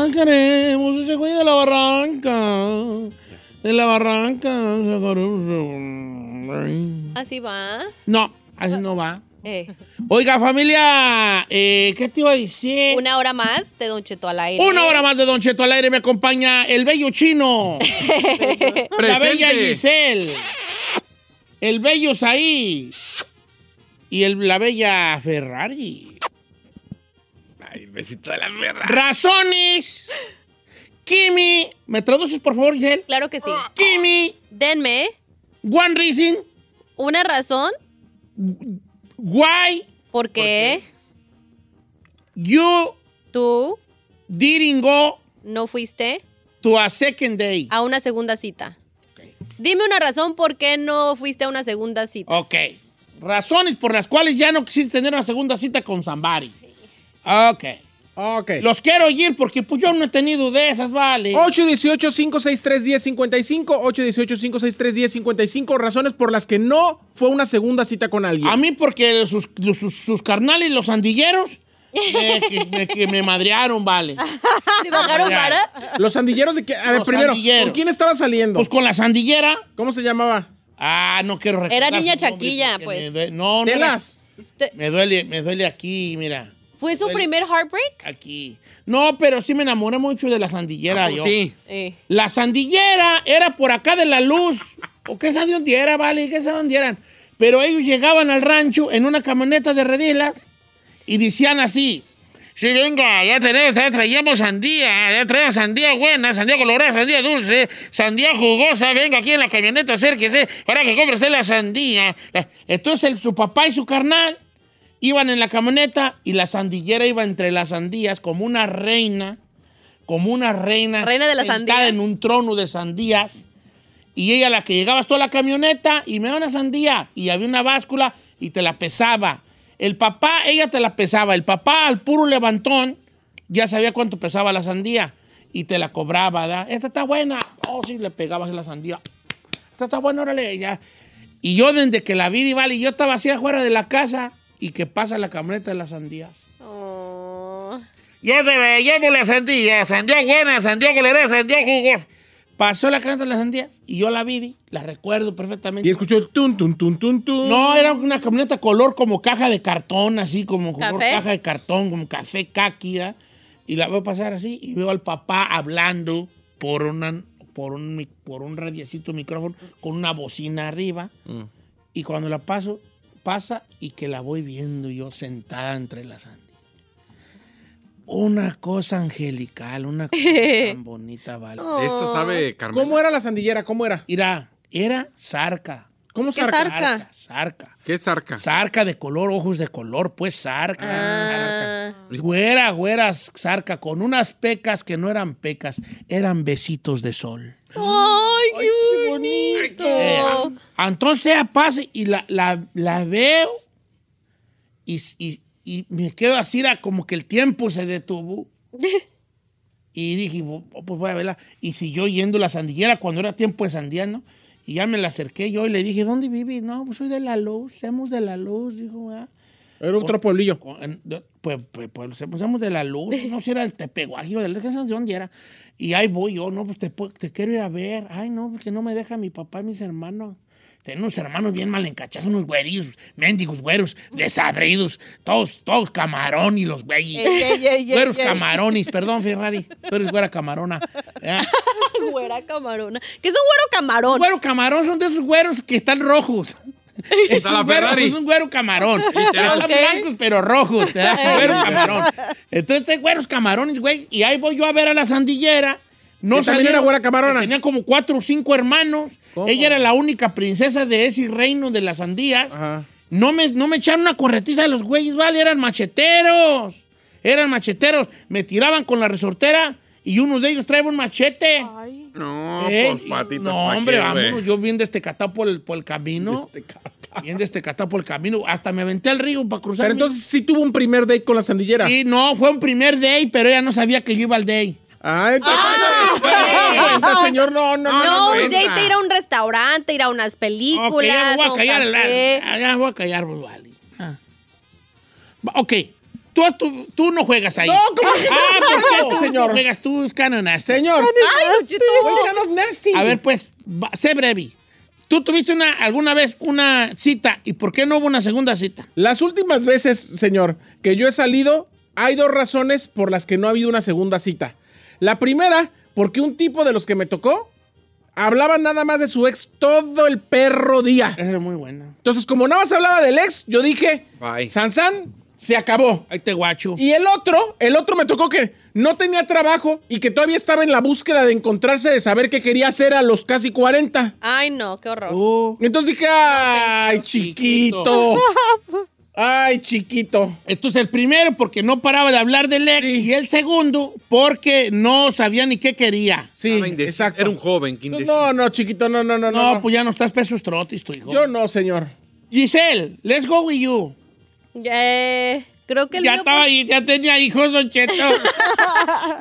sacaremos ese güey de la barranca. De la barranca sacaremos. Así va. No, así no va. Eh, Oiga, familia, eh, ¿qué te iba a decir? una hora más de Don Cheto al aire. Una hora más de Don Cheto al aire me acompaña el bello chino, la bella Presente. Giselle, el bello Saí y el- la bella Ferrari. Ay, el besito de la perra. Razones. Kimi, ¿me traduces por favor, Giselle? Claro que sí. Ah. Kimi, Denme one reason una razón why porque you tú didn't go no fuiste to a second day. a una segunda cita. Ok. Dime una razón por qué no fuiste a una segunda cita. Ok. Razones por las cuales ya no quisiste tener una segunda cita con Zambari. Ok. Ok. Los quiero ir porque pues yo no he tenido de esas, vale. 818-563-1055, 818-563-1055, razones por las que no fue una segunda cita con alguien. A mí porque sus, los- sus, sus carnales, los sandilleros, eh, que, me, que me madrearon, vale. Ah. ¿Te bajaron Ah, Ya. para? Los sandilleros de que... A ver, Los primero, sandilleros. ¿con quién estaba saliendo? Pues con la sandillera. ¿Cómo se llamaba? Ah, no quiero recordar Era niña su nombre chaquilla, porque pues. me due- no, no. era- Telas. Me duele, me duele aquí, mira. ¿Fue su Bueno. primer heartbreak? Aquí. No, pero sí me enamoré mucho de la sandillera. yo. Sí. Eh, La sandillera era por acá de la luz. O qué sabe dónde era, vale, qué sabe dónde eran. Pero ellos llegaban al rancho en una camioneta de redilas y decían así. Sí, venga, ya tenemos, ya traíamos sandía, ya traemos sandía buena, sandía colorada, sandía dulce, sandía jugosa, venga aquí en la camioneta, acérquese, para que compre usted la sandía. La- Entonces el- su papá y su carnal iban en la camioneta y la sandillera iba entre las sandías como una reina, como una reina. Reina de la sentada sandía. en un trono de sandías. Y ella la que llegabas toda la camioneta y me da una sandía. Y había una báscula y te la pesaba. El papá, ella te la pesaba. El papá al puro levantón ya sabía cuánto pesaba la sandía. Y te la cobraba, ¿da? Esta está buena. Oh, sí, le pegabas en la sandía. Esta está buena, órale. Ya. Y yo desde que la vi, y vale, yo estaba así afuera de la casa y que pasa la camioneta de las sandías. oh. Yo te la llevo la sandía, sandía buena, sandía colorada, sandía jugosa. Pasó la camioneta de las sandías y yo la vi, la recuerdo perfectamente. Y escuchó el tun, tun, tun, tun, tun. No, era una camioneta color como caja de cartón, así como color ¿Café? caja de cartón, como café cáquida. Y la veo pasar así y veo al papá hablando por, una, por, un, mic- por un radiecito micrófono con una bocina arriba. Y cuando la paso, pasa y que la voy viendo yo sentada entre las sandías. Una cosa angelical, una cosa tan bonita, vale. De Esto sabe Carmen. ¿Cómo era la sandillera? ¿Cómo era? Mira, era zarca. ¿Cómo ¿Qué zarca? zarca? Zarca, zarca. ¿Qué es arca? Zarca de color, ojos de color, pues zarca. Ah. zarca. Güera, güera, zarca, con unas pecas que no eran pecas, eran besitos de sol. Ay, qué bonito. Eh, entonces ya pase y la, la- la veo y, y- y me quedo así, era como que el tiempo se detuvo. Y dije, "Bu- pues voy a verla. Y siguió yendo la sandillera cuando era tiempo de sandiano. Y ya me la acerqué yo y le dije, ¿dónde vives? No, pues soy de la luz, somos de la luz, dijo, "Ah". ¿verdad? Era un tropolillo. Con- en- de- Pues, pues, pues, se- pues, somos de la luz, no sé, era el Tepeguaji, o de la- qué sé de dónde era. Y ahí voy yo, no, pues te, pu- te quiero ir a ver. Ay, no, porque no me deja mi papá y mis hermanos. Tienen unos hermanos bien mal encachados, unos güerillos, mendigos, güeros, desabridos, todos, todos camarón y los güeyes. güeros camarones, perdón, Ferrari, tú eres güera camarona. Ah, Güera camarona. ¿Qué es un güero camarón? Güero camarón son de esos güeros que están rojos. Es Está la un, güero, Ferrari. es un güero camarón. Literal. Están Ok. blancos, pero rojos. ¿verdad? Güero camarón. Entonces, hay güeros camarones, güey. Y ahí voy yo a ver a la sandillera. No Que también salieron, era güera camarona. que Tenía como cuatro o cinco hermanos. ¿Cómo? Ella era la única princesa de ese reino de las sandías. Ajá. No me, no me echaron una corretiza de los güeyes, vale, eran macheteros. Eran macheteros. Me tiraban con la resortera y uno de ellos traía un machete. No, Eh, pues patitas. no, ¿pa' hombre, qué, vámonos. güey? Yo bien destecatado por el, por el camino. Este Bien destecatado por el camino. Hasta me aventé al río para cruzar. Pero entonces sí tuvo un primer date con la sandillera. Sí, no, fue un primer day, pero ella no sabía que yo iba al day. Ay, qué- Ah, Cuenta, señor, no, no, no. No, no un cuenta. date, ir a un restaurante, ir a unas películas. Ok, ya me voy un a callar. café. la- Ya me voy a callar, pues, vale. Ah. Va, Ok, Tú, tú, tú no juegas ahí. No, ¿cómo que no? Ah, ¿por qué No, tú señor. no juegas tú, canonas? Señor. Ay, Don Cheto. Oye, ya no es nasty. A ver, pues, va- sé breve. ¿Tú tuviste una, alguna vez una cita y por qué no hubo una segunda cita? Las últimas veces, señor, que yo he salido, hay dos razones por las que no ha habido una segunda cita. La primera, porque un tipo de los que me tocó hablaba nada más de su ex todo el perro día. Esa es muy buena. Entonces, como nada más hablaba del ex, yo dije, Bye. Sansan, se acabó. Ahí te guacho. Y el otro, el otro me tocó que no tenía trabajo y que todavía estaba en la búsqueda de encontrarse, de saber qué quería hacer a los casi 40. Ay, no, qué horror. Oh. Entonces dije, ay, Chiquito. chiquito. Ay, chiquito. Entonces, el primero porque no paraba de hablar del ex Sí. y el segundo porque no sabía ni qué quería. Sí, Estaba indeciso. exacto. Era un joven que indeciso. No, no, chiquito, no, no, no, No, no. pues ya no estás pesos trotis, tu hijo. Yo no, señor. Giselle, let's go with you. Eh, creo que el Ya mío- estaba ahí, ya tenía hijos, Don Cheto.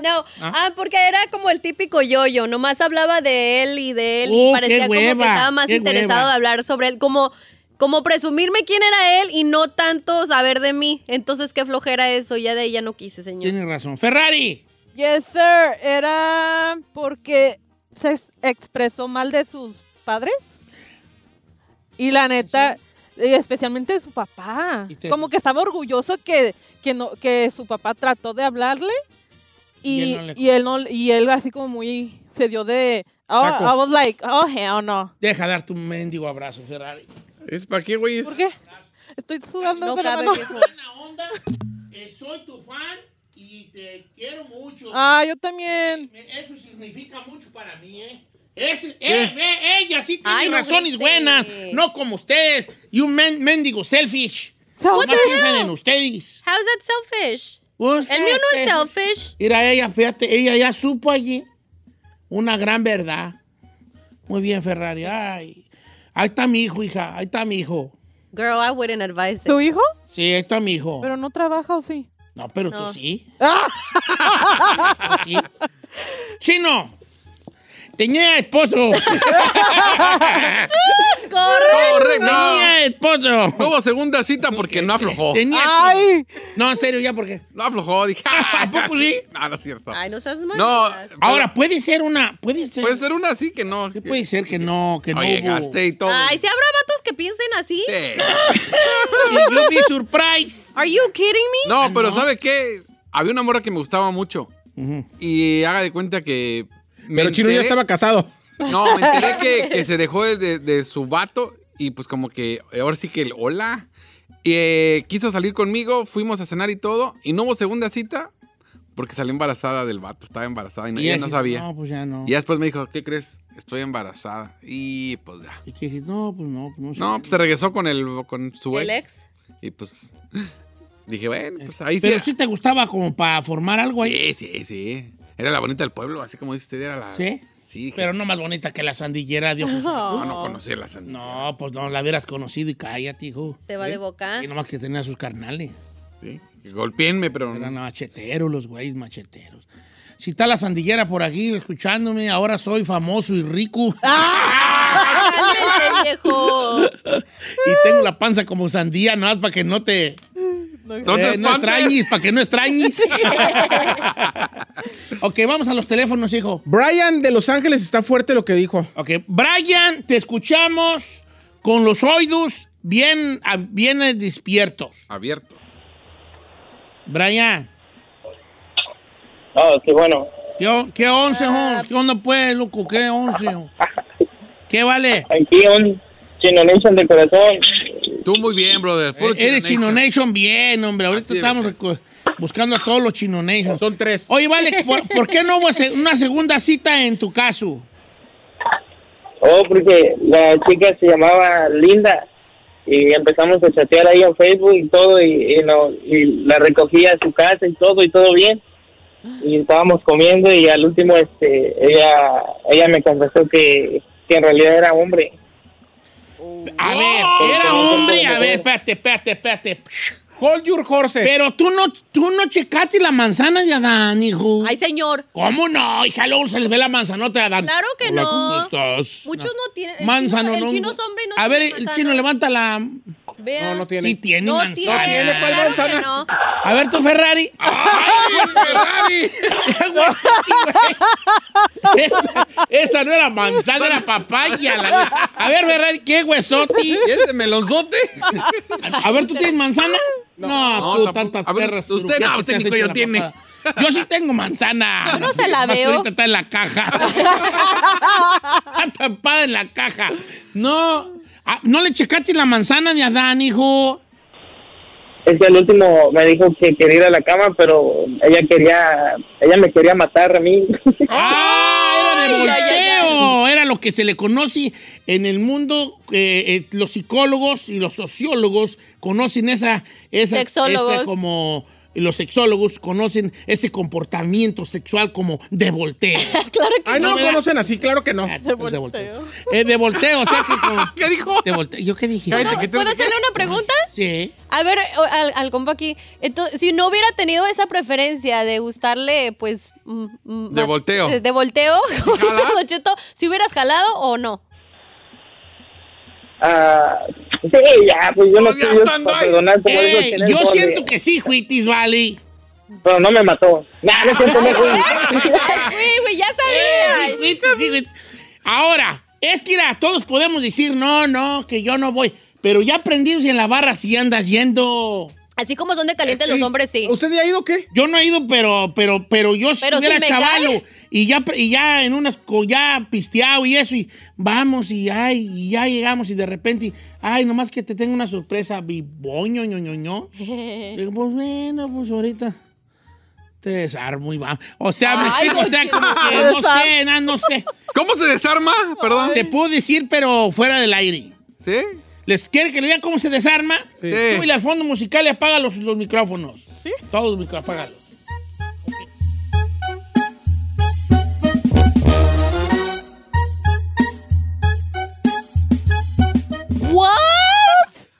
No, ah, porque era como el típico yo-yo, nomás hablaba de él y de él Oh, y parecía qué como hueva, que estaba más qué interesado hueva. de hablar sobre él, como, como presumirme quién era él y no tanto saber de mí. Entonces, qué flojera eso, ya de ella no quise, señor. Tienes razón. Ferrari. Yes, sir. Era porque se ex- expresó mal de sus padres. Y la neta, y especialmente de su papá. Y te- Como que estaba orgulloso que, que, no, que su papá trató de hablarle. Y Y, él no le- y él no y él así como muy se dio de oh, Taco. I was like, oh hell no. Deja dar tu mendigo abrazo, Ferrari. ¿Es para qué, güey? Es- ¿Por qué? Estoy sudando No de la cabe mano. que- Buena onda. eh, soy tu fan y te quiero mucho. Ah, yo también. Me- Eso significa mucho para mí, ¿eh? Es- eh, ve, ella sí tiene Ay, no razones grite. buenas, no como ustedes. Y un men- mendigo selfish. Pues So- No piensan en ustedes. How's that selfish? Pues, El mío no es este, selfish. Mira, ella, fíjate, ella ya supo allí una gran verdad. Muy bien, Ferrari. Ay, ahí está mi hijo, hija. Ahí está mi hijo. Girl, I wouldn't advise it. ¿Su hijo? Sí, ahí está mi hijo. Pero no trabaja o sí. no, pero tú No. sí. Ah. Tú sí. Chino. Tenía esposo. Corre. Correcto. No. Tenía esposo. No hubo segunda cita porque no aflojó. Tenía Ah. esposo. Ay. No, en serio, ya porque. No aflojó, dije. "Ah, ¿A poco sí? No, no es cierto. Ay, no seas mal. No, Ahora, puede ser una. Puede ser. puede ser una así que no. ¿Qué puede ser que no, que no. No hubo? llegaste y todo. Ay, si habrá vatos que piensen así. Sí. Y yo vi surprise. Are you kidding me? No, pero ¿sabe qué? Había una morra que me gustaba mucho. Y haga de cuenta que. me Pero Chino ya enteré- estaba casado. No, me enteré que, que se dejó de, de- de su vato y pues como que ahora sí que el hola. Y, eh, quiso salir conmigo, fuimos a cenar y todo. Y no hubo segunda cita porque salió embarazada del vato. Estaba embarazada y no, ella ella no dice, sabía. No, pues ya no. Y ya después me dijo, ¿qué crees? Estoy embarazada. Y pues ya. Y que dije, no, pues no, pues no. sé. No, pues se regresó con, el, con su ex. ¿El ex? Y pues dije, bueno, pues ahí Pero sí. sí te gustaba como para formar algo ahí. Sí, sí, sí. Era la bonita del pueblo, así como dice usted, era la. ¿Sí? Sí, dije, Pero no más bonita que la sandillera, Dios mío. no, no conocí a la Sandy. No, pues no la hubieras conocido y cállate, hijo. Te va de boca. Y nomás que tenía sus carnales. Sí. Golpéenme, pero. Eran macheteros, los güeyes macheteros. Si está la sandillera por aquí escuchándome, ahora soy famoso y rico. Cálmese, viejo. Y tengo la panza como sandía, nada más para que no te... No te Eh, no espantes. extrañes, para que no extrañes. ok, vamos a los teléfonos, hijo. Brian de Los Ángeles está fuerte lo que dijo. Ok, Brian, te escuchamos con los oídos bien, a- bien eh, despiertos. Abiertos. Brian, Ah, qué bueno. ¿qué, on- qué once, Ah. once? ¿Qué onda pues, loco? ¿Qué once? on? ¿Qué vale? Aquí un chino Nation de corazón. Tú muy bien, brother. Puro Eh, Eres Chino Chino Nation. Nation bien, hombre. Ahorita Así debe estamos ser. reco- buscando a todos los Chino Nations. Son tres. Oye, vale, ¿por, por qué no hubo se- una segunda cita en tu caso? Oh, porque la chica se llamaba Linda y empezamos a chatear ahí en Facebook y todo y, y no- y la recogí a su casa y todo y todo bien. Y estábamos comiendo y al último este ella ella me confesó que, que en realidad era hombre. A ver, era hombre, a ver, espérate, espérate, espérate. Hold your horses. Pero tú no, tú no checaste la manzana de Adán, hijo. Ay, señor. ¿Cómo no? Hija, luego se le ve la manzanota a Adán. Claro que Hola, no. ¿cómo estás? Muchos no tienen. el Manzano, chino- no. El chino es hombre y no A tiene ver, el manzana. chino levanta la... Vea. No, no tiene. Sí tiene No manzana. tiene, ¿cuál claro que manzana? no. A ver tu Ferrari. ¡Ay, Ferrari! esa, esa no era manzana, era papaya. la- a ver, Ferrari, qué huesoti. ¿Y ese melonzote? A ver, ¿tú tienes manzana? No, No, tú tampoco. tantas A ver, perras usted truqueas no, que te usted ni has hecho cuello la tiene. papada. Yo sí tengo manzana. Yo no se la Nomás que veo. Ahorita está en la caja. está tapada en la caja. No, ah, no le checaste la manzana de Adán, hijo. Es que el último me dijo que quería ir a la cama, pero ella quería, ella me quería matar a mí. ¡Ah! Era de Ay, ay, ay, volteo. Era lo que se le conoce en el mundo. eh, eh, los psicólogos y los sociólogos conocen esa. esas- Sexólogos. esa como. Los sexólogos conocen ese comportamiento sexual como de volteo. Claro que Ay, no lo ¿verdad? conocen así, claro que no. Ah, De pues, volteo. Eh, de volteo, o sea que como- ¿Qué dijo? De volteo. ¿Yo qué dije? Cállate, no. que te- ¿Puedo hacerle una pregunta? Sí. A ver, o- al, al compa aquí. Entonces, si no hubiera tenido esa preferencia de gustarle, pues. mm, mm, De ma- volteo. De, de volteo, como dice ¿Jalas? Don Cheto, si hubieras jalado o no. Ah, sí, ya, pues yo no Pues ya soy Dios estando para ahí. perdonar como dijo Eh, Chela yo Gorda. siento que sí, Juitis Valley. Pero no me mató. Nah, no es cierto, no fue. Güey, güey, ya sabía. Juitis, Eh, sí, Juitis. Ahora, es que mira, todos podemos decir, no, no, que yo no voy. Pero ya aprendimos en la barra si andas yendo. Así como son de calientes los hombres, sí. ¿Usted ya ha ido o qué? Yo no he ido, pero, pero, pero yo si Pero sí estuviera me chavalo cae. y ya, y ya en unas, co- ya pisteado y eso, y vamos y, ay, y ya llegamos y de repente, y, ay, nomás que te tengo una sorpresa, biboño, ño, ño, ño. Digo, pues bueno, pues ahorita te desarmo y va. O sea, me Ay, explico, o sea, Don como que Cheto. no sé, na, no sé. ¿Cómo se desarma? Perdón. Te puedo decir, pero fuera del aire. ¿Sí? ¿Les quiere que le diga cómo se desarma? Sí. Súbele al fondo musical y apaga los, los micrófonos. Todos los micrófonos, apágalos. ¿What?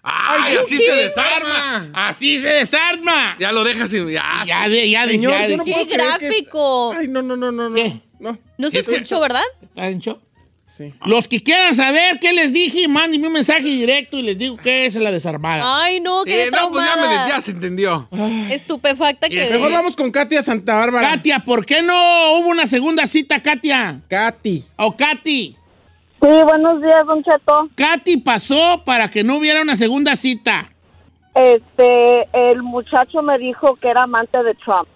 ¡Ay, así se desarma! ¡Así se desarma! Ya lo dejas y ya. Ya, de- ya, de- Señor, ya, de- yo no ¡Qué puedo creer que es- gráfico! Ay, no, no, no, no, no. ¿Qué? No, No se Es que- escuchó, ¿verdad? ¿Está en shock? sí. Los que quieran saber qué les dije, mándenme un mensaje directo y les digo qué es la desarmada. Ay, no, qué Eh, no, pues ya, me, traumada. de- ya se entendió. Estupefacta que... Mejor vamos con Katia Santa Bárbara. Katia, ¿por qué no hubo una segunda cita, Katia? Katy. O Katy. Sí, buenos días, Don Cheto. Katy pasó para que no hubiera una segunda cita. Este, el muchacho me dijo que era amante de Trump.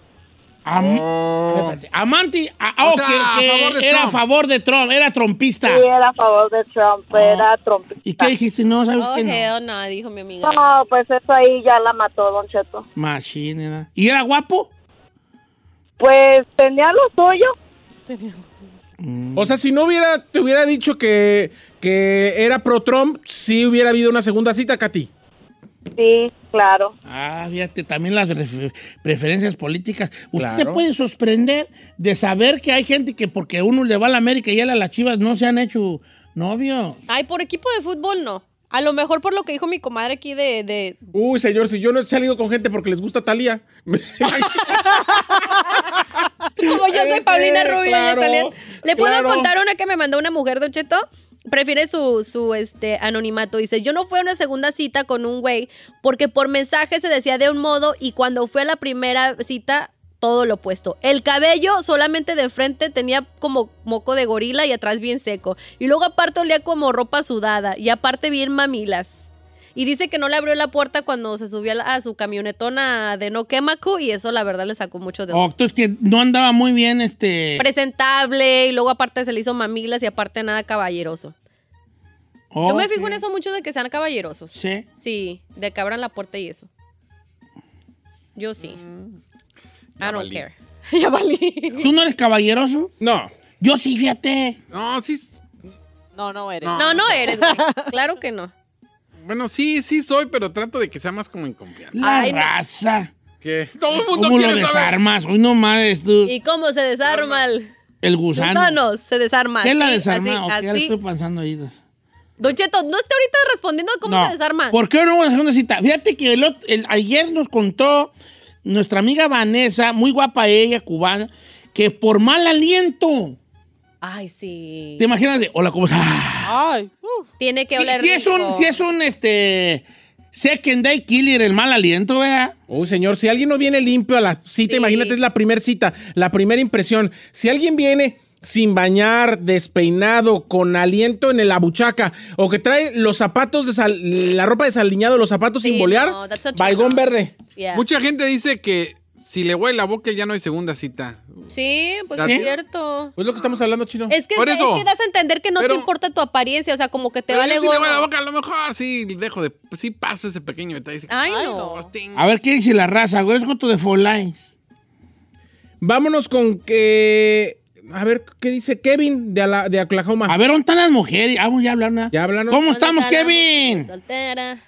Am- Espérate, Amante, ah, ah, O ok, sea, a que favor de era a Trump. favor de Trump, era trompista. Oh. Sí, era a favor de Trump, era trompista. ¿Y qué dijiste? No, ¿sabes Oh, qué? No. hell no, dijo mi amiga. No, pues eso ahí ya la mató, Don Cheto. Machine, ¿verdad? ¿Y era guapo? Pues tenía lo suyo. O sea, si no hubiera, te hubiera dicho que, que era pro Trump, sí hubiera habido una segunda cita, Katy. Sí, claro. Ah, fíjate, también las ref- preferencias políticas. Usted Claro. se puede sorprender de saber que hay gente que porque uno le va a la América y él a las Chivas no se han hecho novios. Ay, por equipo de fútbol no. A lo mejor por lo que dijo mi comadre aquí de... de... Uy, señor, si yo no he salido con gente porque les gusta Talía. Como yo soy Ese, Paulina Rubio Eh, claro, y italiana. ¿Le claro. puedo contar una que me mandó una mujer, Don Cheto? Prefiere su, su este, anonimato. Dice, yo no fui a una segunda cita con un güey porque por mensaje se decía de un modo y cuando fue a la primera cita, todo lo opuesto. El cabello solamente de frente tenía como moco de gorila y atrás bien seco. Y luego aparte olía como ropa sudada y aparte bien mamilas. Y dice que no le abrió la puerta cuando se subió a, la- a su camionetona de No Quemacu y eso la verdad le sacó mucho de onda O Oh, entonces que no andaba muy bien este... presentable y luego aparte se le hizo mamilas y aparte nada caballeroso. Yo me Ok. fijo en eso mucho de que sean caballerosos. oh, Sí. Sí, de que abran la puerta y eso. Yo sí. Mm, Ya I don't valí. care. ya valí. ¿Tú no eres caballeroso? No. Yo sí, fíjate. No, sí. s- No, no eres. No. No, no eres, güey. Claro que no. Bueno, sí, sí soy, pero trato de que sea más como en confianza. La Ay, no. raza. ¿Qué? Todo el mundo ¿Cómo lo quiere saber. desarmas? Hoy nomás es tú, ¿Y cómo se desarma el el gusano. gusano? Se desarma. ¿Qué es la así, desarma? Ok, Así, ya la así. estoy pensando ahí. Don Cheto, no esté ahorita respondiendo a cómo No. se desarma. ¿Por qué no hubo una segunda cita? Fíjate que el ot- el- ayer nos contó nuestra amiga Vanessa, muy guapa ella, cubana, que por mal aliento. Ay, sí. ¿Te imaginas? de, Hola, ¿cómo estás? Ay, uf. Tiene que Si, oler si es un, rico. si es un, este, Second Day Killer, el mal aliento, vea. Uy, señor, si alguien no viene limpio a la cita, Sí. imagínate, es la primera cita, la primera impresión. Si alguien viene sin bañar, despeinado, con aliento en la buchaca, o que trae los zapatos, de sal- la ropa desaliñada, los zapatos Sí, sin bolear, no, that's not true. balgón verde. Yeah. Mucha gente dice que si le huele la boca ya no hay segunda cita. Sí, pues ¿Sí? es cierto. Pues lo que estamos hablando, chino. Es que, Por es eso. que das a entender que no Pero- te importa tu apariencia, o sea, como que te Pero vale yo si le gorro. huele la boca a lo mejor sí dejo de... Sí paso ese pequeño detalle. Ay, Ay, no. no. Hosting. A ver, ¿qué dice la raza, güey? Es goto de Four Lines. Vámonos con que... A ver, ¿qué dice Kevin de, Ala- de Oklahoma? A ver, ¿dónde están las mujeres? Ah, ya hablar nada. Ya hablaron. ¿Cómo ¿Dónde estamos, está la Kevin? mujer Soltera.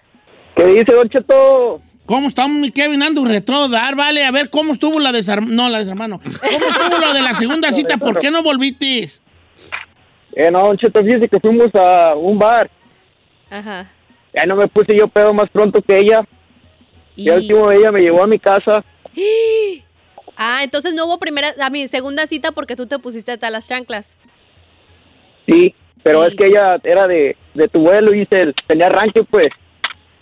¿Qué dice Don Cheto? ¿Cómo estamos, mi Kevin? Ando un retrodar, vale. A ver, ¿cómo estuvo la desarmada? No, la desarmada no. ¿Cómo estuvo lo de la segunda cita? ¿Por qué no volviste? Eh, no, Don Cheto, fíjese que fuimos a un bar. Ajá. Ya no me puse yo pedo más pronto que ella. Y- Ya último ella me llevó a mi casa. Ah, entonces no hubo primera, a mi segunda cita porque tú te pusiste hasta las chanclas. Sí, pero Sí. es que ella era de, de tu vuelo y se, tenía rancho, pues.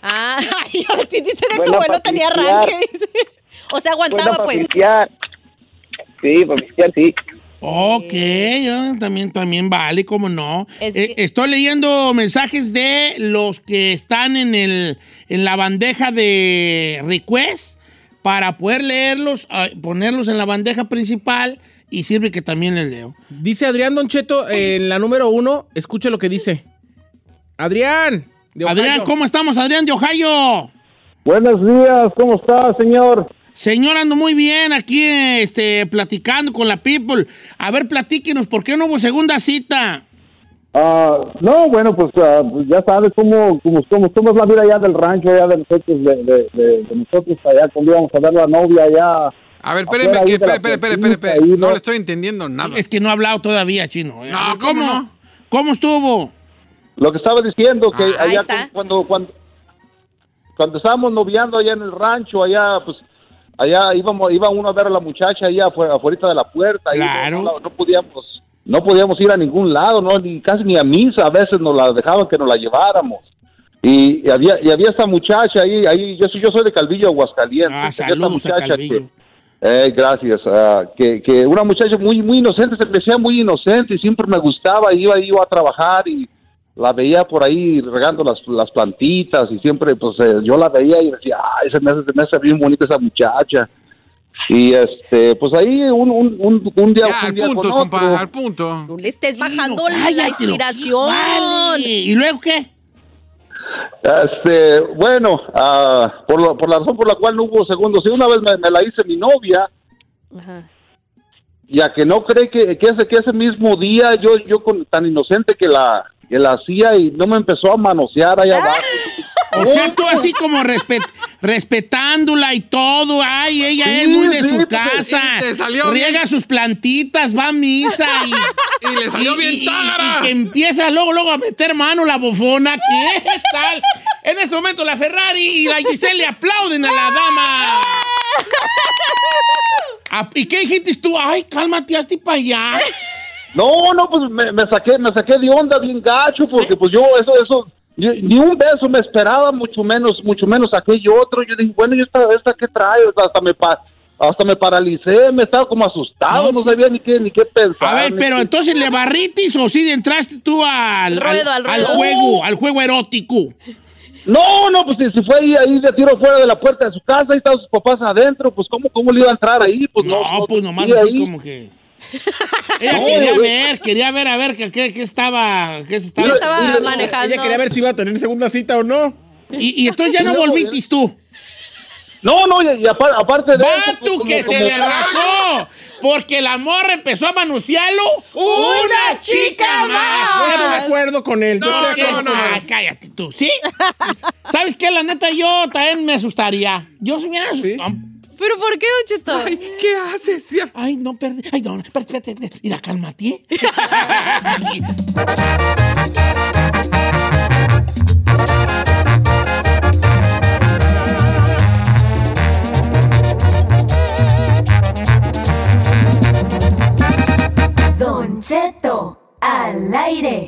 Ah, ay, sí, dice que tu Buena abuelo pa' tenía pistear. arranque. dice. O sea, aguantaba Buena pa' pues. pistear. Sí, para pistear, sí. Ok, ah, también, también vale, cómo no. Es Eh, que- estoy leyendo mensajes de los que están en, el, en la bandeja de request para poder leerlos, ah, ponerlos en la bandeja principal y sirve que también les leo. Dice Adrián Doncheto en la número uno, escuche lo que dice. Adrián. de Ohio. Adrián, ¿cómo estamos, Adrián de Ohio? Buenos días, ¿cómo está, señor? Señor, ando muy bien aquí este, platicando con la people. A ver, platíquenos, ¿por qué no hubo segunda cita? Ah, no, bueno, pues ah, ya sabes cómo, cómo, cómo, cómo es la vida allá del rancho, allá de nosotros, de, de- de- de nosotros allá, cuando íbamos a ver la novia allá. A ver, espéreme, Afuera que, ahí de la espere, espere, espere, espere, plaquita, espere. ahí, No ¿no? le estoy entendiendo nada. Es que no ha hablado todavía, chino. No, ¿cómo no? ¿Cómo estuvo? Lo que estaba diciendo, que Ah, ahí allá está. cu- cuando, cuando, cuando estábamos noviando allá en el rancho, allá, pues, allá íbamos, iba uno a ver a la muchacha allá afuera, afuera de la puerta. ahí no- Claro. no, la- no podíamos, no podíamos ir a ningún lado, no, ni casi ni a misa, a veces nos la dejaban que nos la lleváramos. Y, y había y había esta muchacha ahí, ahí yo soy, yo soy de Calvillo, Aguascalientes. Ah, Había esta saludos a Calvillo. que- eh, gracias. ah, que, que una muchacha muy muy inocente, se me hacía muy inocente y siempre me gustaba. Iba, iba a trabajar y la veía por ahí regando las, las plantitas y siempre pues eh, yo la veía y decía, ay, se me hace, se me hace bien bonita esa muchacha. Y este, pues ahí un, un, un, un día, Ya, un al día punto, con otro. compa, al punto. No le estés bajando Chino, la cállate, lo- inspiración. Vale. ¿Y luego qué? Este, bueno, ah, por, lo- por la razón por la cual no hubo segundos. Y una vez me, me la hice mi novia, Ajá. ya que no cree que, que, ese, que ese mismo día yo, yo con, tan inocente que la, que la hacía y no me empezó a manosear allá abajo. O sea, tú así como respet- respetándola y todo. Ay, ella es muy de sí, su pues, casa. y te salió Riega sus plantitas, va a misa y... Y le salió y- y- bien y- tágara. y que empieza luego, luego a meter mano la bofona. ¿Qué tal? En este momento la Ferrari y la Giselle le aplauden a la dama. Ah, ¿Y qué dijiste tú? Ay, cálmate, hazte para allá. No, no, pues me, me saqué, me saqué de onda bien gacho, porque pues yo eso, eso, ni, ni un beso me esperaba, mucho menos, mucho menos aquello otro. Yo dije, bueno, yo esta, esta que trae, hasta me pa- hasta me paralicé, me estaba como asustado, no, sabía ni qué, ni qué pensar. A ver, ni pero qué- entonces le barritis o sí entraste tú al, Ruedo, al ruedo. juego, al juego erótico. No, no, pues si, si fue ahí, ahí de tiro fuera de la puerta de su casa, ahí estaban sus papás adentro, pues cómo, cómo le iba a entrar ahí, pues no. No, pues nomás sí, así ahí. como que. Ella No, quería güey. ver, quería ver, a ver qué, qué- qué estaba. Qué se estaba. Yo Estaba Ella- ella manejando. Ella quería ver si iba a tener segunda cita o no. Y, y entonces ya no No, volviste tú. No, no, y, y apar- aparte de eso, ¡Va pues, tú como- que se como- le rajó! Porque la morra empezó a manunciarlo. ¡Una chica Yo más! estoy de acuerdo con él. yo No, estoy de que- acuerdo con él. Ay, cállate tú, ¿sí? ¿Sabes qué? La neta, yo también me asustaría. Yo sí me asustaría. ¿Pero por qué, Don Cheto? Ay, ¿Qué haces? Sí, Ay, no, perdí. Ay, no, espérate, espérate, espérate. Mira, cálmate. Don Cheto, al aire.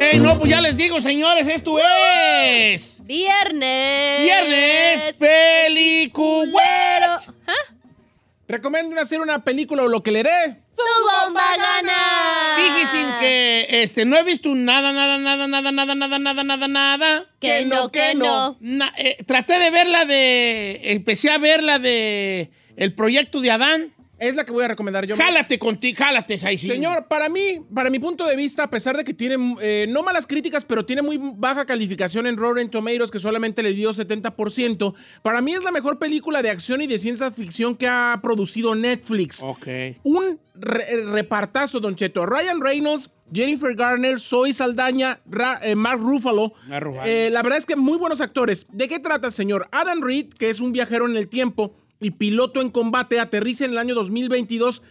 ¡Ey, no, pues ya les digo, señores, esto es... Viernes. Viernes Peliculero. Pero. ¿Ah? Recomiendo hacer una película o lo que le dé. ¡Tu bomba gana! Dije sin Ah. que este, no he visto nada, nada, nada, nada, nada, nada, nada, nada, nada. Que no, que no. Na- eh, traté de ver la de. Empecé a ver la de. El proyecto de Adán. Es la que voy a recomendar yo. Jálate contigo, jálate, Saisy. Señor, para mí, para mi punto de vista, a pesar de que tiene eh, no malas críticas, pero tiene muy baja calificación en Rotten Tomatoes, que solamente le dio 70%, para mí es la mejor película de acción y de ciencia ficción que ha producido Netflix. Ok. Un re- eh, repartazo, Don Cheto. Ryan Reynolds, Jennifer Garner, Zoe Saldaña, Ra- eh, Mark Ruffalo. Mark Ruffalo. Eh, la verdad es que muy buenos actores. ¿De qué trata, señor? Adam Reed, que es un viajero en el tiempo y piloto en combate, aterriza en el año 2022,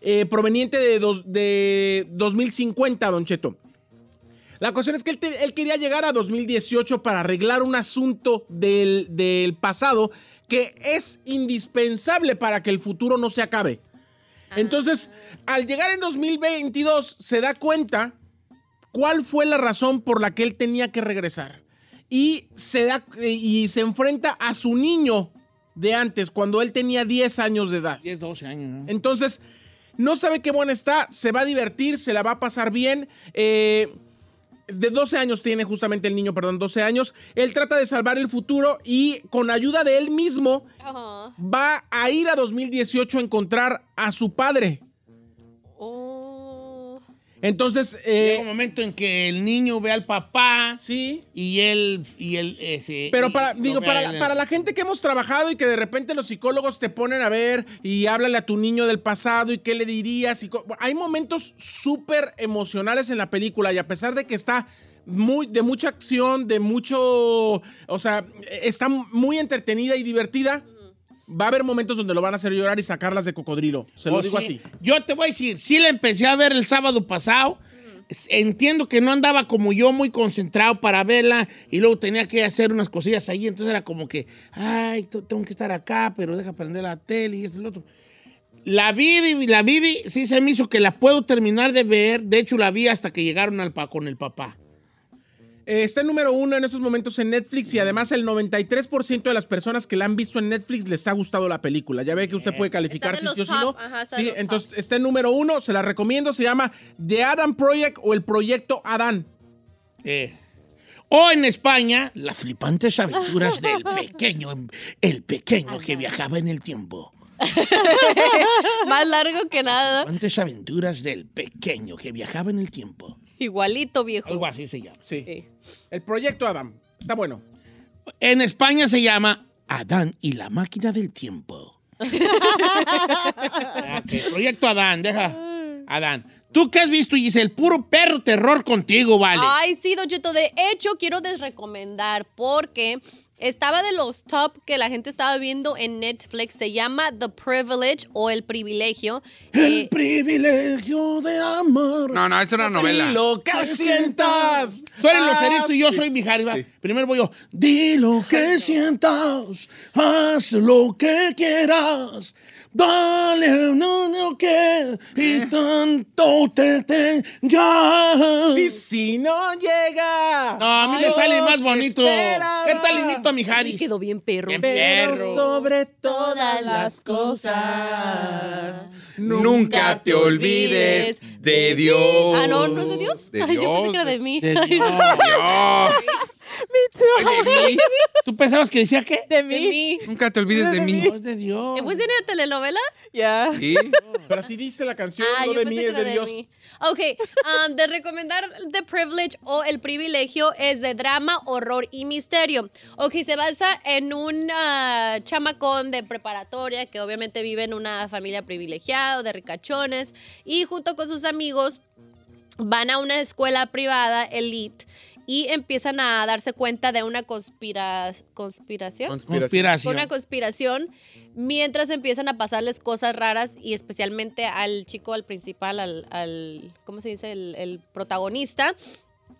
eh, proveniente de, dos- de 2050, Don Cheto. La cuestión es que él, te- él quería llegar a 2018 para arreglar un asunto del, del pasado que es indispensable para que el futuro no se acabe. Entonces, al llegar en 2022, se da cuenta cuál fue la razón por la que él tenía que regresar. Y se, da, y se enfrenta a su niño de antes, cuando él tenía 10 años de edad. 10, 12 años. ¿no? Entonces, no sabe qué buena está, se va a divertir, se la va a pasar bien. eh, de 12 años tiene justamente el niño, perdón, 12 años. Él trata de salvar el futuro y con ayuda de él mismo Ajá. va a ir a 2018 a encontrar a su padre. Oh. Entonces, Llega un eh, momento en que el niño ve al papá sí. y él. Y él ese, Pero y para, lo digo, ve a para, él. para la gente que hemos trabajado y que de repente los psicólogos te ponen a ver y háblale a tu niño del pasado y qué le dirías. y co- hay momentos súper emocionales en la película y a pesar de que está muy, de mucha acción, de mucho, o sea, está muy entretenida y divertida, va a haber momentos donde lo van a hacer llorar y sacarlas de cocodrilo. Se lo Oh, digo sí. así. Yo te voy a decir, sí la empecé a ver el sábado pasado. S- Entiendo que no andaba como yo muy concentrado para verla y luego tenía que hacer unas cosillas ahí, entonces era como que, ay, t- tengo que estar acá, pero deja prender la tele y esto y lo otro. La vi, vi- la vi, vi, sí se me hizo que la puedo terminar de ver, de hecho la vi hasta que llegaron al pa- con el papá. Eh, está en número uno en estos momentos en Netflix Mm. y además el 93% de las personas que la han visto en Netflix les ha gustado la película. Ya ve que usted puede calificar si Está de sí o los si no. top, ajá, está de sí, los top. entonces está en número uno, se la recomiendo, se llama The Adam Project o el Proyecto Adán. Eh, O en España, las flipantes aventuras del pequeño, el pequeño que viajaba en el tiempo. Más largo que nada. Antes aventuras del pequeño que viajaba en el tiempo. Igualito, viejo. Algo así se llama. Sí. Sí. El Proyecto Adán. Está bueno. En España se llama Adán y la máquina del tiempo. Ah, ok. Proyecto Adán, deja. Adán. ¿Tú qué has visto, Giselle? Puro perro terror contigo, vale. Ay, sí, Don Cheto. De hecho, quiero desrecomendar porque estaba de los top que la gente estaba viendo en Netflix. Se llama The Privilege o El Privilegio. El Eh, privilegio de amor. No, no, es una novela. Lo que sientas. Tú eres Ah, Lucerito y yo sí. soy Mijares. va. Sí. Primero voy yo. Di lo que sientas, haz lo que quieras. Dale no, no que Eh. y tanto te Y oh, tengas. si no llega. No, a mí me lo sale más que bonito. esperaba. ¿Qué tal invito a me Mijares? quedó bien perro. Bien Pero perro. sobre todas las cosas. Nunca te olvides de Dios. Ah, no, ¿no es de Dios? De Ay, yo pensé que era de mí. De Ay, Dios. Dios. De mí. ¿Tú pensabas que decía qué? De de mí, mí. Nunca te olvides de mí. No, es de Dios. ¿Eh, ¿Pues en la telenovela? ya. Sí. Pero así dice la canción, Ah, no yo de pensé mí, que es era de, de Dios. mí. Ok, um, de recomendar The Privilege o El Privilegio es de drama, horror y misterio. Ok, se basa en un ah, chamacón de preparatoria que obviamente vive en una familia privilegiada, de ricachones, y junto con sus amigos van a una escuela privada elite y empiezan a darse cuenta de una conspira- conspiración. Conspiración. Fue una Conspiración. conspiración mientras empiezan a pasarles cosas raras y especialmente al chico, al principal, al, al- ¿cómo se dice? El, el protagonista.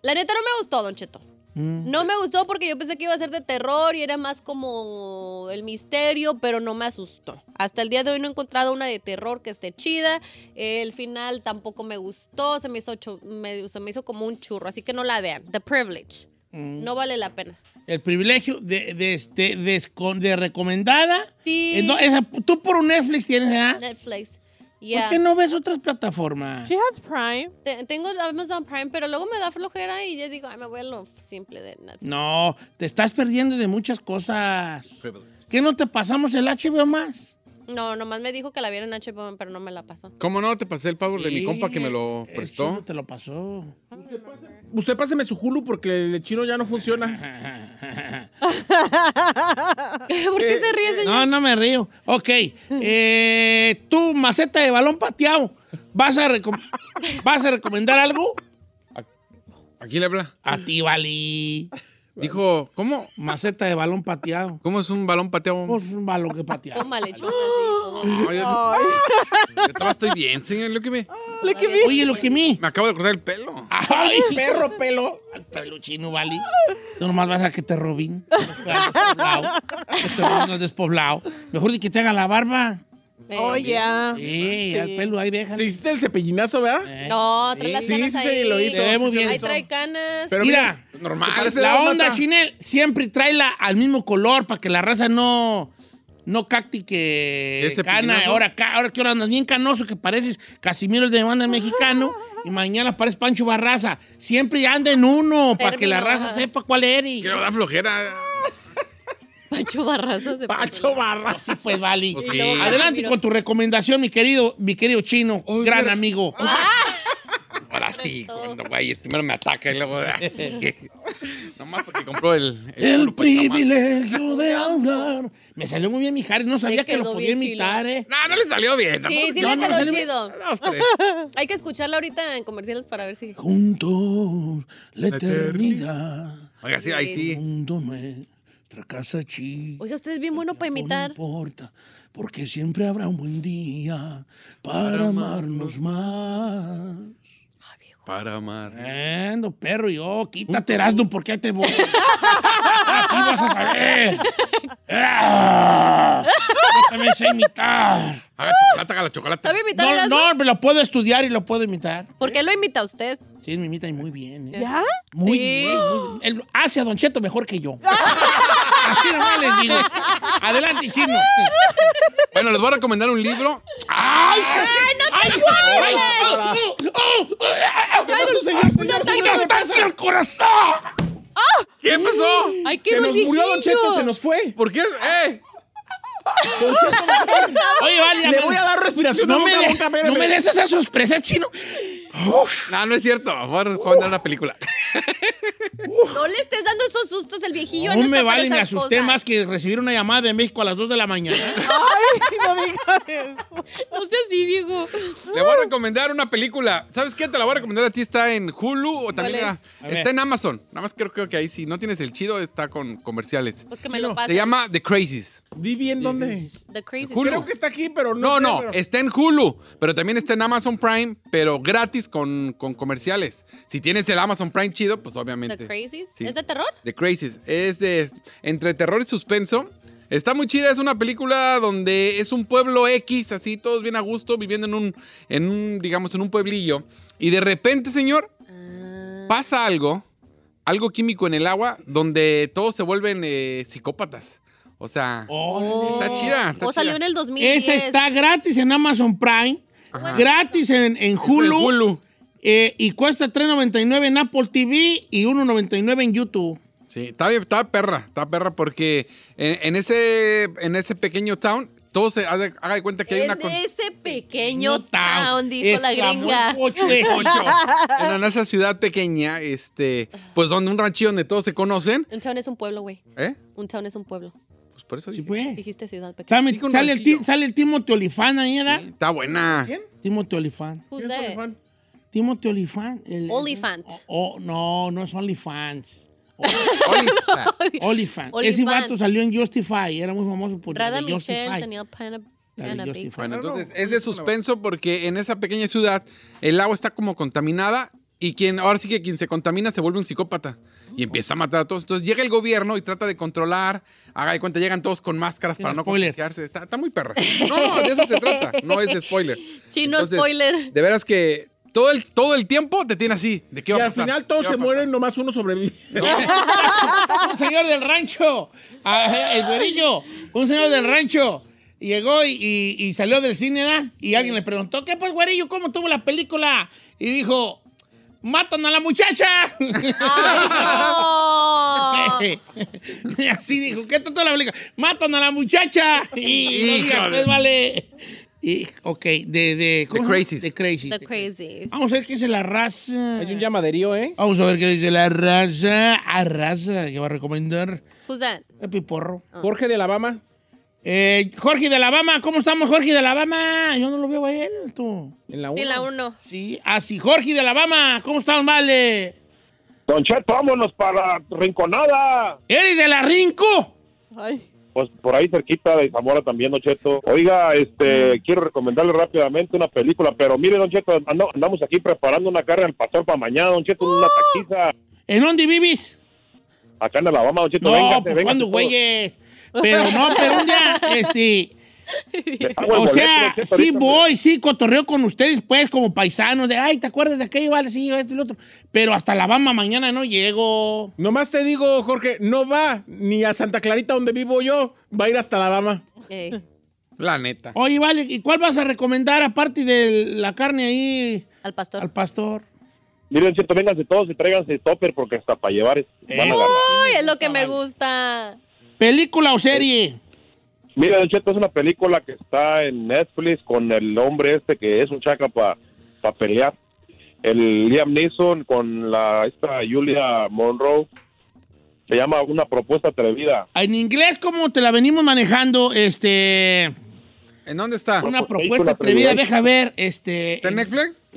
La neta no me gustó, Don Cheto. Mm. No me gustó porque yo pensé que iba a ser de terror y era más como el misterio, pero no me asustó. Hasta el día de hoy no he encontrado una de terror que esté chida. El final tampoco me gustó, se me hizo, chu- me- se me hizo como un churro, así que no la vean. The Privilege. Mm. No vale la pena. El privilegio de, de, este- de escon- de recomendada. Sí. Eh, no, esa- tú por un Netflix tienes, ¿ah? Netflix. ¿Por Ya. qué no ves otras plataformas? She has Prime. Te- Tengo el Amazon Prime, pero luego me da flojera y yo digo, ay, me voy a lo simple de Netflix. No, te estás perdiendo de muchas cosas. ¿Qué no te pasamos el HBO más? No, nomás me dijo que la viera en HBO, pero no me la pasó. ¿Cómo no? Te pasé el favor de mi compa que me lo Eso no prestó. te lo pasó. Usted páseme su Hulu porque el chino ya no funciona. ¿Por qué Eh, se ríe, señor? No, no me río. Ok. eh, tú, maceta de balón pateado, ¿vas a, recom- ¿vas a recomendar algo? Aquí le habla. A ti, Vali. Dijo, ¿cómo? Maceta de balón pateado. ¿Cómo es un balón pateado? Pues un balón que pateado. Tómale, chula, así, todo. Ay, yo, yo todavía estoy bien, señor. Lo que me, Look at me. Oye, lo que mi. me acabo de cortar el pelo. ¡Ay, perro, pelo! Al pelo chino, Vali. Tú nomás vas a que te robin. Que te robin al despoblado. Mejor de que te haga la barba. Eh, Oh, yeah. Sí, al pelo ahí déjalo. Se hiciste el cepillinazo, ¿verdad? Eh. No, trae Sí, las sí, canas sí, ahí. sí, lo hizo. Se ve muy sí, bien. Ahí hizo. trae canas. Pero Mira, Normal. parece- la Dálmata. onda Chinel siempre tráela al mismo color para que la raza no no cactique Ese cana. pinazo. Ahora, ca- ahora que ahora andas bien canoso que pareces Casimiro el de banda mexicano y mañana pareces Pancho Barraza. Siempre anda en uno para que la Termino. raza sepa cuál eres. Quiero dar flojera. Pacho Barraza se Pacho Barra. Sí, pues vale. Pues sí. Adelante Casimiro. con tu recomendación, mi querido, mi querido chino, Oye, gran pero- amigo. Ahora sí, cuando güey, primero me ataca y luego así. Nomás porque compró el. El culo para chamar. privilegio de hablar. Me salió muy bien mi Harry, no sabía que quedó lo podía bien chilo. imitar, eh. No, no le salió bien. Sí, sí Yo le no quedó sé, chido. Dos, tres. Hay que escucharla ahorita en comerciales para ver si... Juntos, la La eternidad. eternidad. Oiga, sí, ahí sí. Junto nuestra casa chica. Oiga, usted es bien bueno para imitar. No importa, porque siempre habrá un buen día para amarnos más. Para amar. Ando, perro, yo, quítate, Erasmo, porque ahí te voy. Así vas a saber. Ah, Yo también sé imitar. Haga chocolate, haga Ah, la chocolate. ¿Sabe imitar No, las no, me lo puedo estudiar y lo puedo imitar. ¿Por qué lo imita usted? Sí, me imita y muy bien. ¿eh? ¿Ya? Muy Sí. bien, muy bien. Él hace a Don Cheto mejor que yo. Así nomás les digo. Adelante, chino. Bueno, les voy a recomendar un libro. ¡Ay! ¡Ay, ay, ay, oh, oh, oh, Señor, señor, Un señor, ataque, ¡Me señor. ataque el corazón! ¿Qué pasó? ¡Ay, qué Se nos murió Don Cheto, se Don nos fue. ¿Por qué? ¡Eh! Oye, vale, Le voy a dar respiración No de me, boca a de- boca, espérame. no me des esa sorpresa, chino. Uf, No, no es cierto. Voy a recomendar una película. No le estés dando esos sustos al viejillo. no él está me con vale, me esas asusté cosas. más que recibir una llamada de México a las 2 de la mañana. Ay, no digas eso. No sea así, viejo. Le voy a recomendar una película. ¿Sabes qué? Te la voy a recomendar a ti. Está en Hulu o también ¿Cuál a- es? A ver. está en Amazon. Nada más creo, creo que ahí si no tienes el chido está con comerciales. Pues que me lo pase. Se llama The Crazies. Di bien dónde. The Crazy. Hulu. Creo que está aquí, pero No, no. sé, no, pero- está en Hulu, pero también está en Amazon Prime, pero gratis con, con comerciales. Si tienes el Amazon Prime chido, pues obviamente. The Crazies. Sí. ¿Es de terror? The Crazies. Es de, entre terror y suspenso. Está muy chida, es una película donde es un pueblo X, así todos bien a gusto, viviendo en un, en un, digamos, en un pueblillo. Y de repente, señor, Ah. pasa algo, algo químico en el agua, donde todos se vuelven eh, psicópatas. O sea, Órale. está chida. está O salió chida. en el 2010. Esa está gratis en Amazon Prime, Ajá. gratis en, en Hulu, En Hulu. eh, y cuesta $3.99 en Apple TV y $1.99 en YouTube. Sí, está, bien, está perra, está perra porque en, en ese, en ese pequeño town, todo se haga, haga de cuenta que hay una... En con- ese pequeño town, dijo ah, la Exclamó el gringa. pocho eh. de Poncho. Poncho. en esa ciudad pequeña, este, pues donde un ranchillo donde todos se conocen, Un town es un pueblo, güey. ¿eh? Un town es un pueblo. Pues por eso Sí, dije. pues. Dijiste ciudad pequeña. Sale, Dijo un sale el, ti- ranchillo. sale el Timothy Olifán ahí, ¿verdad? Está buena. ¿Quién? Timothy Olifán. Who's ¿Quién es that? Olifán? Timothy Olyphant. el- Olyphant. o- o- no, no es Olyphants. Oh, Ahorita. Olyphant. Olyphant. Ese vato salió en Justify, era muy famoso por la Rada de Michelle, Justify. Daniel Pana- La de Panabi. Justify. Bueno, Claro, entonces no, es no, de no, no. suspenso porque en esa pequeña ciudad el agua está como contaminada y quien ahora sí que quien se contamina se vuelve un psicópata y empieza a matar a todos. Entonces llega el gobierno y trata de controlar, haga de cuenta, llegan todos con máscaras para no spoiler. contagiarse. Está, está muy perra. No, no, de eso se trata, no es de spoiler. Chino spoiler. De veras que todo el, todo el tiempo te tiene así, de qué Y va a al pasar. final ¿Qué todos va se a pasar? mueren, nomás uno sobrevive. un señor del rancho, ah, el güerillo, un señor del rancho. Llegó y, y- y salió del cine, ¿verdad? Y alguien le preguntó, ¿qué pues, güerillo? ¿Cómo tuvo la película? Y dijo, ¡matan a la muchacha! Ah. ¡Ay, Así dijo, ¿qué tanto la película? ¡Matan a la muchacha! Y no digas, Híjole. pues, vale. Y, ok, de... de ¿cómo se llama? Crazies. De Crazy. no! The crazy. Vamos a ver qué dice la Ah. raza. Hay un llamaderío, ¿eh? Vamos a ver qué dice la raza. A raza, que va a recomendar. Who's that? El piporro. Ah. Jorge de Alabama. Eh, Jorge de Alabama, ¿cómo estamos, Jorge de Alabama? Yo no lo veo a él, esto. En la 1. En la uno. Sí, así, Jorge de Alabama, ¿cómo están, vale? Don Cheto, vámonos para Rinconada. ¿Eres de la Rinco? Ay. Pues por ahí cerquita de Zamora también, Don Cheto. Oiga, este, quiero recomendarle rápidamente una película, pero mire, Don Cheto, ando- andamos aquí preparando una carne al pastor para mañana, Don Cheto, en una taquiza. ¿En dónde vivís? Acá en Alabama, Don Cheto, No, véngase, pues véngase cuando todos. güeyes. Pero no, pero un día, este. Hago O el boleto, sea, Don Cheto, sí ahorita, voy, sí, cotorreo con ustedes, pues, como paisanos, de ay, ¿te acuerdas de aquello? Vale, sí, esto y lo otro. Pero hasta Alabama mañana no llego. Nomás te digo, Jorge, no va ni a Santa Clarita donde vivo yo, va a ir hasta Alabama. Ey. La neta. Oye, vale, ¿y cuál vas a recomendar aparte de la carne ahí Al pastor. al pastor? Mire, Don Cheto, vénganse todos y tráiganse topper porque hasta para llevar es- van a Eso. ganar. Uy, es lo que me gusta. ¿Película o serie? Mira, Don Cheto, es una película que está en Netflix con el hombre este que es un chaca para pelear. El Liam Neeson con la esta Julia Monroe. Se llama Una propuesta atrevida. En inglés, como te la venimos manejando, este. ¿En dónde está? Una Propuesta propuesta atrevida, atrevida. deja ver, este. ¿Está en Netflix?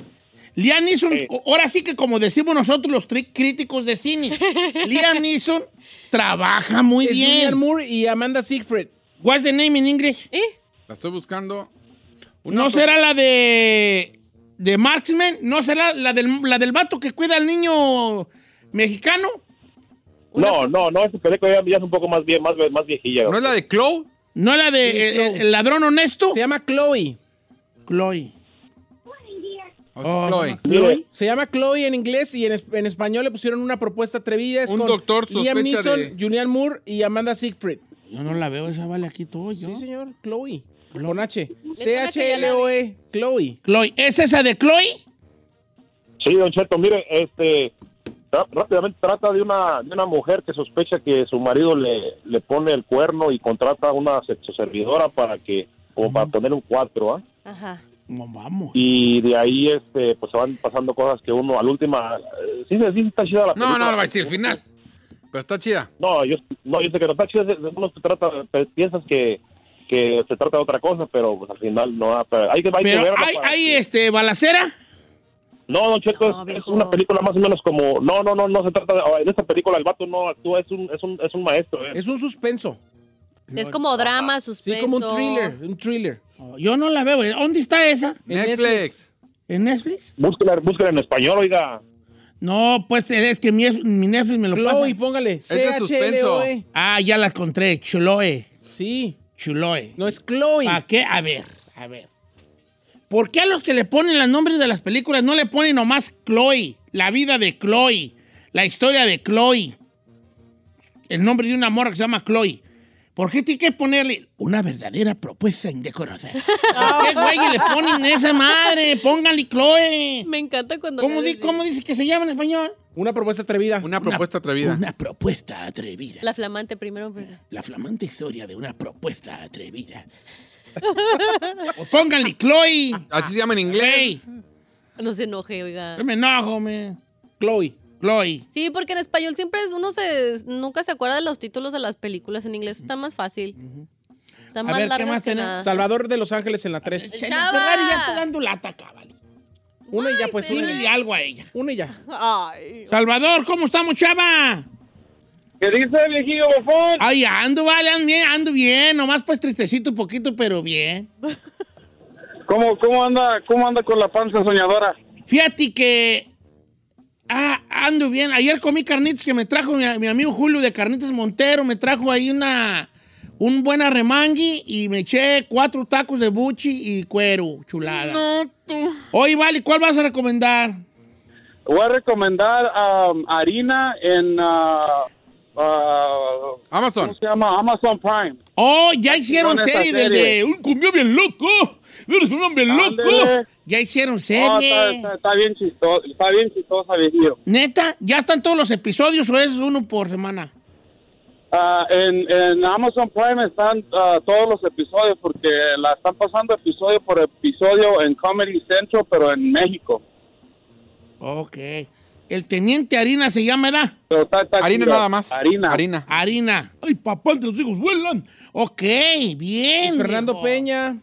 Liam Neeson, Sí. ahora sí que como decimos nosotros los tri- críticos de cine, Liam Neeson trabaja muy es Julian bien. Moore y Amanda Siegfried. What's the name in English? ¿Eh? La estoy buscando. Una ¿No pro- será la de. de Marksman? ¿No será la del, la del vato que cuida al niño mexicano? No, no, no, esa película ya, ya es un poco más bien, más, más viejilla. ¿No es la de Chloe? ¿No la de Sí, eh, Chloe. eh, el ladrón honesto? Se llama Chloe. Chloe. ¿O es Oh, Chloe? no. Mire, Se llama Chloe en inglés y en, es- en español le pusieron una propuesta atrevida. Es Un con doctor Liam sospecha Neeson, de- Julian Moore y Amanda Siegfried. Yo no la veo, esa vale aquí todo yo. Sí, señor, Chloe. Con H. C-H-L-O-E, L-O-E, Chloe. Chloe, ¿es esa de Chloe? sí, Don Cheto, mire, este. tra- Rápidamente trata de una, de una mujer que sospecha que su marido le, le pone el cuerno y contrata a una servidora para que, como para poner un cuatro, ¿ah? Ajá. No, vamos. y de ahí este pues se van pasando cosas que uno al última eh, sí, sí está chida la No, película. no, lo va a decir final. Pero está chida. no yo no yo sé que no está chida de- de- uno se trata pe- piensas que, que se trata de otra cosa pero pues al final no ah, pero hay que hay que Pero verla hay, para hay eh, que- este, balacera. no don Checo No, es- es, viejo. una película más o menos como no no no no se trata de, en esta película el vato no actúa es un es un es un maestro eh. Es un suspenso. Es como drama, Sí, suspenso. como un thriller. Un thriller. Oh, Yo no la veo. ¿Dónde está esa? En Netflix. ¿En Netflix? búsquela búsquela en español oiga No, pues es que mi, mi Netflix me lo Chloe, pasa. póngale. de suspenso. C-H-L-O-E. Ah, ya la encontré. Chuloe. Sí. Chuloe. No es Chloe. ¿Para qué? A ver, a ver. ¿Por qué a los que le ponen los nombres de las películas no le ponen nomás Chloe? La vida de Chloe. La historia de Chloe. El nombre de una morra que se llama Chloe. ¿Por qué tiene que ponerle una verdadera propuesta indecorosa? ¿Por qué, güey, le ponen esa madre? Pónganle Chloe. Me encanta cuando. ¿Cómo, le di- decís. cómo dice que se llama en español? Una propuesta atrevida. Una propuesta atrevida. Una propuesta atrevida. La flamante primero. pues, pero- La flamante historia de una propuesta atrevida. O pónganle Chloe. Así se llama en inglés. Güey. No se enoje, oiga. Yo me enojo, me. Chloe. Chloe. Sí, porque en español siempre es, uno se nunca se acuerda de los títulos de las películas. En inglés está más fácil. Está A más ver, ¿qué largas más que tenemos? nada. Salvador de Los Ángeles en la 3. Che, Chava. Ferrari ya está dando lata, cabal. Una y ya, pues, una y Y ya. algo a ella. Una y ya. Ay. Salvador, ¿cómo estamos, chava? ¿Qué dice, viejillo bofón? Ay, ando, vale, ando bien, ando bien. Nomás pues tristecito un poquito, pero bien. ¿Cómo, cómo, anda, ¿Cómo anda con la panza soñadora? Fíjate que... Ah, ando bien. Ayer comí carnitas que me trajo mi, mi amigo Julio de Carnitas Montero. Me trajo ahí una... Un buen arremangui y me eché cuatro tacos de buchi y cuero, chulada. No, tú. Oye, Vale, ¿cuál vas a recomendar? Voy a recomendar um, harina en... ah, ah, ¿Cómo Amazon. se llama? Amazon Prime. Oh, ya hicieron Hicieron esa serie del serie. de un cumbión bien loco. Eres un hombre loco. Ándale. Ya hicieron Oh, está, serie. está- está bien chistoso, está bien chistosa, viejillo. Neta, ¿ya están todos los episodios o es uno por semana? Ah, en, en Amazon Prime están ah, todos los episodios porque la están pasando episodio por episodio en Comedy Central, pero en México. Ok. El teniente harina se llama, ¿verdad? Pero está- está Harina chido. nada más. Harina. Harina. Harina. Ay, papá, entre los hijos vuelan. Ok, bien. Luis Fernando viejo. Peña.